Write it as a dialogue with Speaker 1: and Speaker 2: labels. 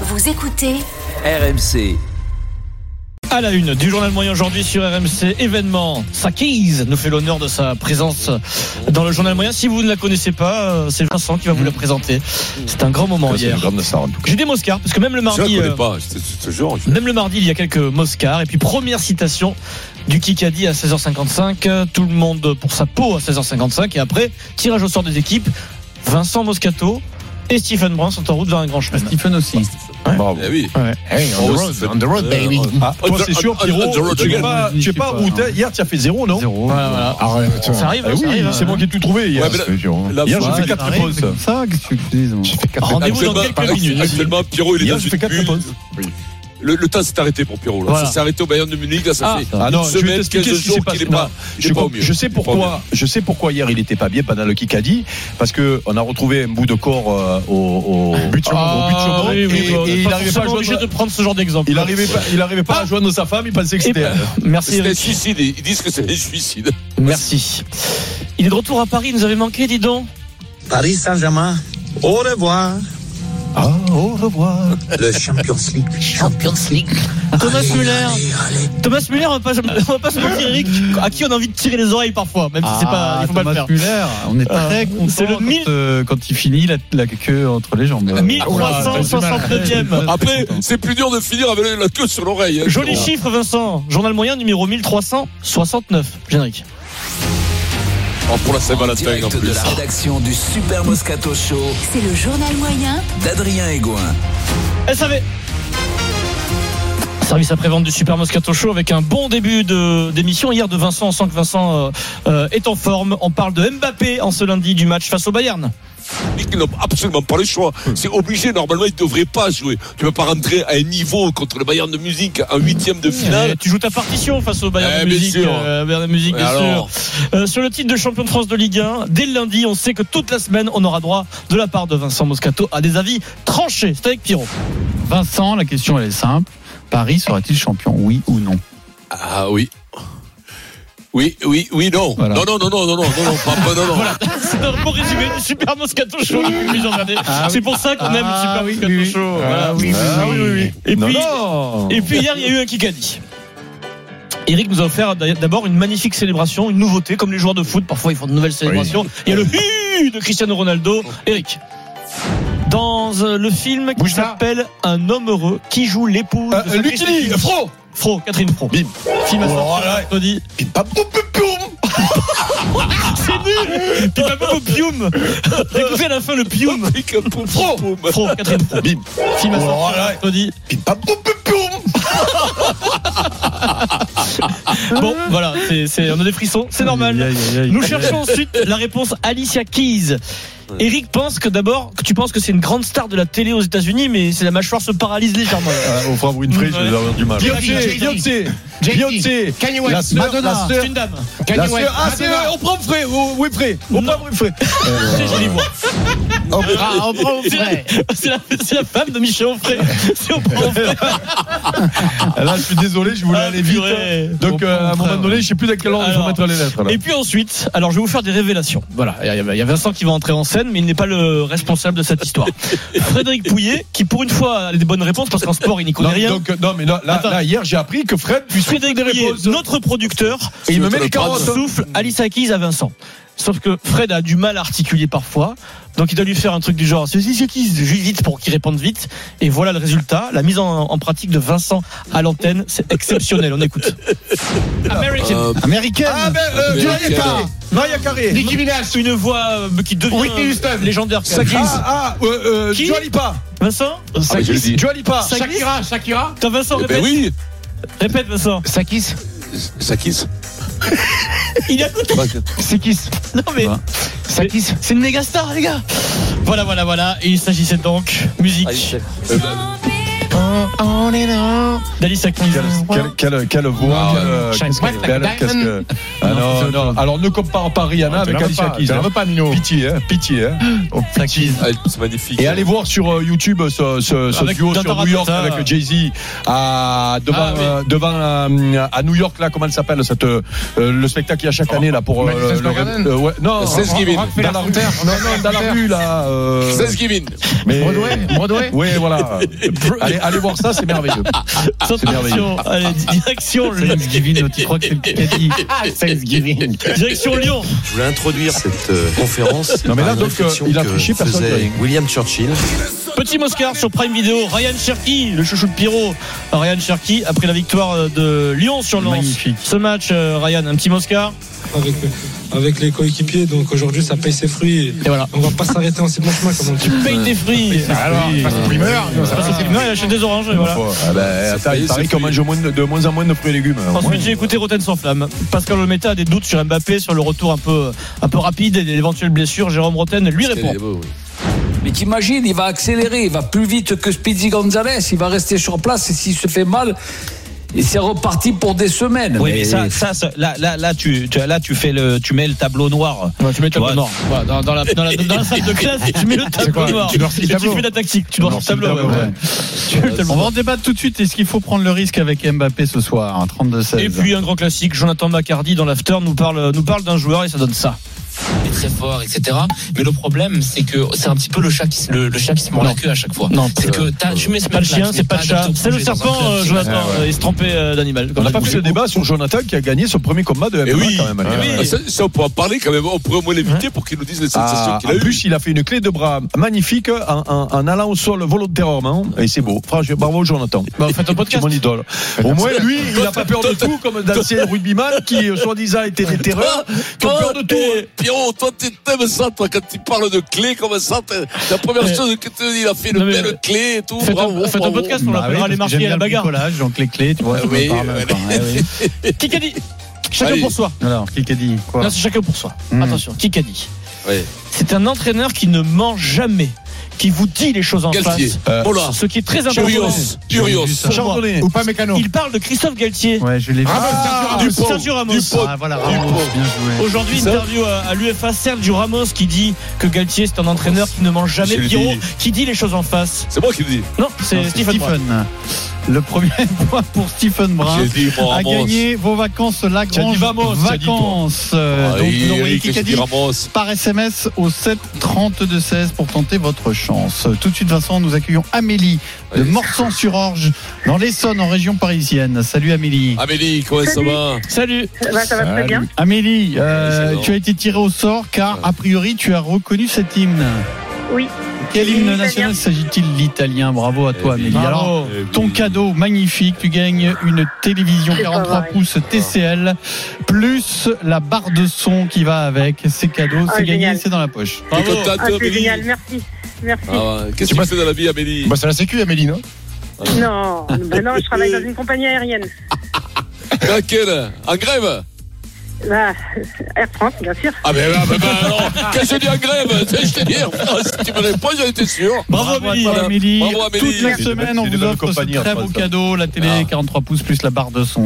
Speaker 1: Vous écoutez
Speaker 2: RMC.
Speaker 3: À la une du journal moyen aujourd'hui sur RMC, événement Sakis nous fait l'honneur de sa présence dans le journal moyen. Si vous ne la connaissez pas, euh, c'est Vincent qui va vous la présenter. C'est un grand
Speaker 4: Oh,
Speaker 3: moment
Speaker 5: Hmm. C'est une
Speaker 3: hier.
Speaker 5: grande star en tout cas.
Speaker 3: J'ai des moscars, parce que même le
Speaker 5: Je
Speaker 3: mardi,
Speaker 5: ne
Speaker 3: euh,
Speaker 5: connais pas c'est- c'est ce genre. je-
Speaker 3: même le mardi, il y a quelques moscars. Et puis première citation du Kikadi à 16h55, euh, tout le monde pour sa peau à 16h55. Et après, tirage au sort des équipes, Vincent Moscato et Stephen Brun sont en route vers un grand chemin.
Speaker 6: Stephen aussi.
Speaker 5: Bravo. Eh oui.
Speaker 6: Hey,
Speaker 5: on the road, on the road, baby.
Speaker 4: Ah, Toi, c'est sûr, Pierrot, tu n'es pas, tu es pas en route. hein. Hier, tu as fait zéro, non
Speaker 6: Zéro.
Speaker 3: Voilà, voilà.
Speaker 5: Ah,
Speaker 6: Arrête.
Speaker 3: Ça arrive,
Speaker 4: Eh
Speaker 3: ça
Speaker 4: oui,
Speaker 3: arrive,
Speaker 4: c'est
Speaker 3: hein.
Speaker 4: moi qui ai tout trouvé hier. hein.
Speaker 5: Ouais, mais là- là,
Speaker 4: Hier, j'ai
Speaker 5: voilà,
Speaker 4: fait quatre
Speaker 3: t'arrives,
Speaker 4: réponses.
Speaker 6: Comme ça, qu'est-ce que tu dis non
Speaker 5: j'ai fait quatre
Speaker 3: Rendez-vous dans
Speaker 5: Actuellement-
Speaker 3: quelques minutes.
Speaker 5: Actuellement, Pierrot, il est
Speaker 4: Hier,
Speaker 5: dans
Speaker 4: j'ai
Speaker 5: une
Speaker 4: fait quatre
Speaker 5: bulle.
Speaker 4: réponses.
Speaker 5: Le, le temps s'est arrêté pour Pierrot. là.
Speaker 3: Voilà.
Speaker 5: Ça s'est arrêté au Bayern de Munich. Là, ça
Speaker 3: Ah,
Speaker 5: fait
Speaker 4: Ah non,
Speaker 5: une
Speaker 4: je vais
Speaker 5: semaine,
Speaker 4: t'expliquer
Speaker 5: 15
Speaker 4: ce qui s'est
Speaker 5: jours qu'il n'est
Speaker 4: passé.
Speaker 5: pas, il
Speaker 4: Je,
Speaker 5: est pas
Speaker 4: com-
Speaker 5: au mieux.
Speaker 4: je sais pourquoi. Je sais pourquoi hier il était pas bien pendant le Kikadi, parce que on a retrouvé un bout de corps euh, au, au but
Speaker 3: Ah, oui, oui,
Speaker 4: et,
Speaker 3: bon,
Speaker 4: et
Speaker 3: pas
Speaker 4: il arrivait pas à
Speaker 3: forcément obligé de
Speaker 4: joindre.
Speaker 3: prendre ce genre d'exemple.
Speaker 4: Il arrivait pas, il arrivait pas à joindre sa femme. Il pensait que
Speaker 3: Et- ben.
Speaker 4: c'était.
Speaker 3: Merci
Speaker 5: C'est un
Speaker 3: Eric.
Speaker 5: suicide. Ils disent que c'est un suicide.
Speaker 3: Merci. Il est de retour à Paris, il nous avait manqué, dis donc.
Speaker 7: Paris Saint-Germain, au revoir.
Speaker 4: Ah, au revoir.
Speaker 7: Le Champions League. Champions League.
Speaker 3: Thomas
Speaker 7: Allez,
Speaker 3: Müller.
Speaker 7: allez, allez.
Speaker 3: Thomas Muller, on va pas, on va pas se mentir, Eric, à qui on a envie de tirer les oreilles parfois, même si c'est pas, il faut pas le faire.
Speaker 6: Muller, Ah, on est
Speaker 3: Ah,
Speaker 6: très content
Speaker 3: c'est le
Speaker 6: quand,
Speaker 3: mille-
Speaker 6: euh, quand il finit la, la queue entre les jambes.
Speaker 3: 1369e.
Speaker 5: Après, c'est plus dur de finir avec la queue sur l'oreille. hein,
Speaker 3: Joli
Speaker 5: Pierrot.
Speaker 3: chiffre, Vincent. Journal moyen numéro 1369. Générique.
Speaker 5: Ah, Pour la
Speaker 2: En
Speaker 5: Saint-Valentin, en
Speaker 2: direct de
Speaker 5: plus.
Speaker 2: la rédaction du Super Moscato Show
Speaker 1: C'est le journal moyen
Speaker 2: d'Adrien Egoin.
Speaker 3: SAV. Service après-vente du Super Moscato Show avec un bon début de- d'émission hier de Vincent. On sent que Vincent euh, euh, est en forme. On parle de Mbappé en ce lundi du match face au Bayern.
Speaker 5: Ils n'ont absolument pas le choix. C'est obligé. Normalement, ils ne devraient pas jouer. Tu ne peux pas rentrer à un niveau contre le Bayern de Munich en huitième
Speaker 4: Eh,
Speaker 5: de
Speaker 3: Euh,
Speaker 5: finale.
Speaker 3: tu joues ta partition face au Bayern
Speaker 5: Eh,
Speaker 3: de
Speaker 5: bien
Speaker 3: Musique.
Speaker 5: sûr.
Speaker 3: euh, Bayern de Musique,
Speaker 5: Mais
Speaker 3: bien
Speaker 5: alors
Speaker 3: sûr. Euh, sur le titre de champion de France de Ligue 1, dès le lundi, on sait que toute la semaine, on aura droit de la part de Vincent Moscato à des avis tranchés. C'est avec Pierrot.
Speaker 6: Vincent, la question elle est simple. Paris sera-t-il champion, oui ou non
Speaker 5: Ah oui. Oui, oui, oui, non.
Speaker 6: Voilà.
Speaker 5: Non, non, non, non, non, non, non, non, pas- pas- non, non.
Speaker 3: C'est un bon résumé du Super Moscato Show depuis plusieurs années.
Speaker 6: Ah oui.
Speaker 3: C'est pour ça qu'on aime le Super
Speaker 6: Ah oui,
Speaker 3: Moscato
Speaker 6: oui, oui.
Speaker 3: Show.
Speaker 6: Ah
Speaker 3: Voilà.
Speaker 6: oui, oui,
Speaker 3: Ah
Speaker 6: oui.
Speaker 3: Et puis,
Speaker 6: non
Speaker 3: Et puis hier, il y a eu un Kikadi. Eric nous a offert d'abord une magnifique célébration, une nouveauté, comme les joueurs de foot, parfois ils font de nouvelles célébrations. Il y a le hu de Cristiano Ronaldo. Eric. Dans euh, le film qui
Speaker 4: Bouge pas.
Speaker 3: s'appelle Un homme heureux, qui joue l'épouse de
Speaker 4: Euh,
Speaker 3: Patrice
Speaker 4: Lucini,
Speaker 3: Lucchini.
Speaker 4: Fro.
Speaker 3: Fro, Catherine Fro.
Speaker 4: Bim.
Speaker 3: Film à sortir
Speaker 4: Voilà.
Speaker 3: mercredi.
Speaker 4: Pim, pam, poum, poum, poum.
Speaker 3: C'est nul Puis pas au Pium Écoutez à la fin le Pium
Speaker 5: Pro.
Speaker 3: Fro, Catherine Fro.
Speaker 4: Bim.
Speaker 3: Film à sortir
Speaker 4: Voilà.
Speaker 3: mercredi.
Speaker 4: Pim, pam, poum, poum, poum.
Speaker 3: Bon, voilà, c'est c'est- on a des frissons, c'est normal. Nous cherchons ensuite la réponse Alicia Keys. Eric pense que d'abord, que tu penses que c'est une grande star de la télé aux États-Unis, mais c'est la mâchoire se paralyse légèrement.
Speaker 4: Euh, Au Frère Winfrey, je vais avoir du mal.
Speaker 3: Jay-Z,
Speaker 4: Beyoncé,
Speaker 8: Jay-Z,
Speaker 4: Beyoncé,
Speaker 8: Kanye
Speaker 4: la
Speaker 8: West,
Speaker 4: sœur, la
Speaker 8: Madonna,
Speaker 3: Ah, C'est
Speaker 4: sœur,
Speaker 3: une dame.
Speaker 4: la
Speaker 8: Kanye West,
Speaker 4: sœur. Ah, c'est vrai,
Speaker 8: Madonna.
Speaker 4: on prend Frey, oh, Winfrey, on
Speaker 3: Non.
Speaker 4: prend Winfrey.
Speaker 3: C'est jolie voix.
Speaker 8: Ah, on prend au frais.
Speaker 3: C'est la, c'est la femme de Michel Onfray. Si on prend Onfray,
Speaker 4: Là, je suis désolé, je voulais
Speaker 3: Ah,
Speaker 4: aller vite. hein.
Speaker 3: purée.
Speaker 4: Donc, euh, à un moment donné, je sais plus dans quel ordre il faut
Speaker 3: Alors.
Speaker 4: mettre les lettres. là.
Speaker 3: Et puis ensuite, alors je vais vous faire des révélations. Voilà, il y a- il y, a Vincent qui va entrer en scène, mais il n'est pas le responsable de cette histoire. Frédéric Pouillet, qui pour une fois a des bonnes réponses, parce qu'en sport il n'y connaît
Speaker 4: Non,
Speaker 3: rien.
Speaker 4: donc, euh, non, mais là, là,
Speaker 3: Attends.
Speaker 4: là, hier, j'ai appris que Fred puisse
Speaker 3: Frédéric
Speaker 4: trouver des
Speaker 3: Pouillet,
Speaker 4: réponses.
Speaker 3: notre producteur,
Speaker 4: Et il me met
Speaker 5: Notre
Speaker 4: les carottes.
Speaker 3: souffle Alice Keys à Vincent. Sauf que Fred a du mal à articuler parfois, donc il doit lui faire un truc du genre c'est Alicia Keys, juste vite pour qu'il réponde vite. Et voilà le résultat, la mise en, en pratique de Vincent à l'antenne, c'est exceptionnel. On écoute. American.
Speaker 5: Euh,
Speaker 8: Américaine.
Speaker 4: Ah, ben, euh,
Speaker 5: Maria
Speaker 4: Mariah Carey.
Speaker 5: Eh
Speaker 4: Mariah Carey.
Speaker 8: Nicki Minaj.
Speaker 3: une voix euh, qui devient
Speaker 8: Whitney Houston.
Speaker 3: légendaire. quand même.
Speaker 4: Ah, ah, euh, euh,
Speaker 3: Qui
Speaker 4: Dua Lipa.
Speaker 3: Vincent,
Speaker 5: Ah, mais je le dis.
Speaker 4: Dua Lipa.
Speaker 3: Ça glisse
Speaker 8: Shakira, Shakira.
Speaker 3: Attends, Vincent,
Speaker 5: Eh
Speaker 3: répète,
Speaker 5: Ben oui,
Speaker 3: répète Vincent.
Speaker 8: Sakis.
Speaker 5: Sakis.
Speaker 3: Il a coûté.
Speaker 8: Sakis.
Speaker 3: Non mais
Speaker 6: Voilà.
Speaker 8: Sakis.
Speaker 3: c'est une méga star les gars. Voilà voilà voilà. Et il s'agissait donc musique.
Speaker 5: Euh,
Speaker 3: bah. D'Alice Keys.
Speaker 4: Quelle, quelle, quelle, quelle voix,
Speaker 3: Ah,
Speaker 5: Non,
Speaker 4: quelle, euh,
Speaker 8: Shine
Speaker 4: qu'est-ce qu'elle
Speaker 8: bright
Speaker 4: est
Speaker 8: like
Speaker 4: belle,
Speaker 8: a
Speaker 4: qu'est-ce que. Ah non,
Speaker 6: c'est autre
Speaker 4: non.
Speaker 6: chose.
Speaker 4: Alors ne compare pas Rihanna avec Alicia Keys. hein.
Speaker 6: pas, Mino.
Speaker 4: Pitié, hein, pitié. hein. Oh,
Speaker 3: Ça,
Speaker 4: pitié.
Speaker 3: Keys.
Speaker 5: Ah, C'est magnifique.
Speaker 4: Et allez voir sur euh, YouTube ce, ce, ce
Speaker 3: Avec
Speaker 4: duo sur
Speaker 3: Dantara
Speaker 4: New York
Speaker 3: Dantara.
Speaker 4: avec Jay-Z à, devant,
Speaker 3: Ah, oui.
Speaker 4: euh, devant euh, à New York là comment elle s'appelle cette euh, le spectacle qu'il y a chaque année là pour euh,
Speaker 6: Madison
Speaker 4: le-
Speaker 6: Square
Speaker 4: le-
Speaker 6: Garden
Speaker 4: euh, ouais, non euh,
Speaker 5: C'est ce qui vient.
Speaker 4: dans la rue non non dans la rue là euh,
Speaker 5: C'est ce qui vient.
Speaker 4: mais
Speaker 6: Broadway, Broadway.
Speaker 4: oui voilà allez, allez voir ça c'est merveilleux
Speaker 3: Saute action. Allez, direction le-
Speaker 6: Thanksgiving, tu crois que c'est le Picardie Thanksgiving.
Speaker 3: Direction Lyon.
Speaker 9: Je voulais introduire cette euh, conférence.
Speaker 4: Non, mais là,
Speaker 9: par une
Speaker 4: donc, euh,
Speaker 9: réflexion
Speaker 4: il a
Speaker 9: que
Speaker 4: triché, personne
Speaker 9: faisait
Speaker 4: ne dit rien.
Speaker 9: William Churchill.
Speaker 3: Petit Moscar sur Prime Video. Ryan Cherky, le chouchou de Pierrot. Ryan Cherky, après la victoire de Lyon sur Lens.
Speaker 6: Magnifique.
Speaker 3: Ce match, euh, Ryan, un petit Moscar.
Speaker 10: avec, avec les coéquipiers. Donc aujourd'hui, ça paye ses fruits. Et
Speaker 3: voilà.
Speaker 10: On va pas s'arrêter en si bon chemin, comme on dit.
Speaker 3: Paye tes fruits.
Speaker 6: Alors, passe au primeur.
Speaker 3: Ah, Ça passe au prix. Non, il achète des oranges. et voilà.
Speaker 4: ah ben, attends,
Speaker 5: payé,
Speaker 4: il
Speaker 5: c'est
Speaker 4: paraît qu'on mange moins de, de moins en moins de fruits et légumes hein. Au moins.
Speaker 3: Ensuite, j'ai écouté Roten sans flamme. Pascal Olmeta a des doutes sur Mbappé, sur le retour un peu, un peu rapide et l'éventuelle blessure. Jérôme Roten lui répond.
Speaker 2: Mais t'imagines, il va accélérer, il va plus vite que Speedy Gonzalez, il va rester sur place et s'il se fait mal, et c'est reparti pour des semaines.
Speaker 11: Oui, mais ça, ça, ça- là, là, là, tu, tu- là, tu fais le, tu mets le tableau noir.
Speaker 3: tu mets le tableau
Speaker 11: Ouais.
Speaker 3: noir. Voilà, dans, dans la, dans, la, dans la salle de classe, tu mets le tableau
Speaker 6: quoi
Speaker 3: noir.
Speaker 6: Tu dors sur le
Speaker 3: Et tu
Speaker 6: tableau.
Speaker 3: fais la tactique. Tu dois sur le tableau. ouais, ouais. Tu mets le tableau
Speaker 6: On va
Speaker 3: noir.
Speaker 6: en débattre tout de suite. Est-ce qu'il faut prendre le risque avec Mbappé ce soir hein, en 32-16
Speaker 3: Et puis un grand classique, Jonathan Macardy dans l'after nous parle, nous parle d'un joueur et ça donne ça.
Speaker 11: Il est très fort, etc. Mais le problème, c'est que c'est un petit peu le chat qui, se- le, le chat qui se mord la queue à chaque fois.
Speaker 3: Non,
Speaker 11: c'est que t'as- tu mets ce
Speaker 3: C'est pas le
Speaker 11: mec-là,
Speaker 3: chien,
Speaker 11: tu
Speaker 3: c'est
Speaker 11: mets
Speaker 3: pas le chat,
Speaker 11: Adopte
Speaker 3: c'est le
Speaker 11: Projet dans un
Speaker 3: serpent,
Speaker 11: club,
Speaker 3: euh,
Speaker 11: tu
Speaker 3: Jonathan.
Speaker 11: mets-
Speaker 3: euh, Il se trompait euh, d'animal.
Speaker 4: on n'a
Speaker 3: Comme
Speaker 4: pas
Speaker 3: ça.
Speaker 4: fait le débat sur Jonathan qui a gagné son premier combat de MMA
Speaker 5: Et oui.
Speaker 4: quand même hein.
Speaker 5: Eh oui.
Speaker 3: Ouais.
Speaker 5: Ça, ça, on pourra en parler quand même. On pourrait au moins l'inviter pour qu'il nous dise les sensations
Speaker 4: Ah,
Speaker 5: qu'il a
Speaker 4: en
Speaker 5: eues.
Speaker 4: plus, il a fait une clé de bras magnifique en, en- en allant au sol volontairement. hein. Et c'est beau. Franchement, bravo Jonathan.
Speaker 3: Bah, faites un
Speaker 4: C'est
Speaker 3: podcast.
Speaker 4: mon idole. Au moins, lui, il n'a pas peur de tout, comme d'anciens rugbyman qui, euh, soi-disant, étaient des terreurs, qui ont
Speaker 5: Toi,
Speaker 4: peur de tout. hein.
Speaker 5: t'es- Pierrot, toi, t'es- t'aimes ça, toi, quand tu parles de clé comme ça, t'es- la première
Speaker 3: Mais-
Speaker 5: chose que tu dis, il a fait une
Speaker 3: Non, mais-
Speaker 5: belle clé et tout.
Speaker 3: Faites un-
Speaker 5: bravo,
Speaker 3: faites un
Speaker 5: bravo.
Speaker 3: podcast. on
Speaker 6: Bah
Speaker 3: l'appellera les marqués à la Ah bagarre.
Speaker 6: Collage, donc les clés, tu vois.
Speaker 5: Ah
Speaker 6: ça me
Speaker 5: oui,
Speaker 6: parle,
Speaker 5: allez.
Speaker 6: enfin, eh oui.
Speaker 3: Kikadi Chacun
Speaker 5: Allez.
Speaker 3: pour soi.
Speaker 6: Alors, qui a dit quoi
Speaker 3: Là, c'est chacun pour soi.
Speaker 6: Hmm.
Speaker 3: Attention, Kikadi.
Speaker 5: Ouais.
Speaker 3: C'est un entraîneur qui ne ment jamais, qui vous dit les choses en
Speaker 5: Galtier.
Speaker 3: face.
Speaker 5: Oh là.
Speaker 3: Ce qui est très important.
Speaker 5: Curios. Curios.
Speaker 6: J'ai vu ça.
Speaker 4: Chardonnay.
Speaker 6: Ou pas Mécano
Speaker 3: Il parle de Christophe Galtier.
Speaker 6: Ouais, je l'ai vu.
Speaker 3: Ah,
Speaker 5: Dupont.
Speaker 3: Sergio Ramos.
Speaker 5: Dupont.
Speaker 6: Ah, voilà,
Speaker 5: Dupont.
Speaker 6: Ramos, bien joué.
Speaker 3: Aujourd'hui,
Speaker 5: Ça
Speaker 3: interview à, à l'UFA, Sergio Ramos qui dit que Galtier c'est un entraîneur qui ne mange jamais
Speaker 5: Je le
Speaker 3: Pierrot,
Speaker 5: dis.
Speaker 3: qui dit les choses en face.
Speaker 5: C'est moi qui le dis.
Speaker 3: Non,
Speaker 6: Non,
Speaker 3: c'est Stephen. Brun.
Speaker 6: Stephen. Le premier point pour Stephen Brun.
Speaker 5: J'ai dit, bon,
Speaker 6: A
Speaker 5: Ramos.
Speaker 6: gagné vos vacances Lagrange.
Speaker 3: Dit Vamos, t'as dit, toi.
Speaker 6: vacances. Euh,
Speaker 5: Ah,
Speaker 6: donc,
Speaker 5: oui,
Speaker 6: vous envoyez
Speaker 5: Eric, j'ai dit
Speaker 6: Kikadi
Speaker 5: Ramos.
Speaker 6: par SMS au 7 32 16 pour tenter votre chance. Tout de suite, Vincent, nous accueillons Amélie de Morsan-sur-Orge dans l'Essonne, en région parisienne. Salut Amélie.
Speaker 5: Amélie, comment ça va
Speaker 3: Salut.
Speaker 10: ça va très bien.
Speaker 6: Ah, Amélie, euh,
Speaker 5: Salut.
Speaker 6: tu as été tirée au sort car, a priori, tu as reconnu cet hymne.
Speaker 10: Oui.
Speaker 6: Quel hymne
Speaker 10: L'italien.
Speaker 6: national s'agit-il L'italien. Bravo à toi,
Speaker 5: Eh oui.
Speaker 6: Amélie.
Speaker 3: Bravo.
Speaker 6: Alors,
Speaker 5: Eh
Speaker 6: ton
Speaker 5: oui.
Speaker 6: cadeau magnifique, tu gagnes une télévision
Speaker 10: C'est pas
Speaker 6: 43
Speaker 10: vrai.
Speaker 6: pouces TCL, plus la barre de son qui va avec. C'est cadeau, c'est gagné,
Speaker 10: Ah, génial.
Speaker 6: c'est dans la poche.
Speaker 5: T'es
Speaker 3: Bravo.
Speaker 5: contente,
Speaker 10: Ah, c'est
Speaker 5: Amélie
Speaker 10: génial, merci. Merci.
Speaker 5: Ah ouais. Qu'est-ce que tu fais dans la vie, Amélie
Speaker 6: Bah, c'est la sécu, Amélie, non
Speaker 10: Non, bah non, je travaille dans une compagnie aérienne.
Speaker 6: Bah-
Speaker 5: Laquelle En grève
Speaker 10: Bah, Air France, bien sûr.
Speaker 5: Ah ben, ben, ben, ben, alors, quand je dis en grève, je te dis, ah, si tu me réponds, j'en étais sûr.
Speaker 6: Bravo,
Speaker 3: Bravo à
Speaker 6: Amélie.
Speaker 5: toi,
Speaker 6: Amélie.
Speaker 5: Bravo, Amélie.
Speaker 6: Toute la
Speaker 4: C'est des
Speaker 6: semaine,
Speaker 4: belles-
Speaker 6: on
Speaker 4: c'est des
Speaker 6: vous
Speaker 4: belles
Speaker 6: offre ce
Speaker 4: compagnies,
Speaker 6: très
Speaker 4: Air
Speaker 6: beau
Speaker 4: France.
Speaker 6: cadeau, la télé
Speaker 5: Ah.
Speaker 6: 43 pouces plus la barre de son.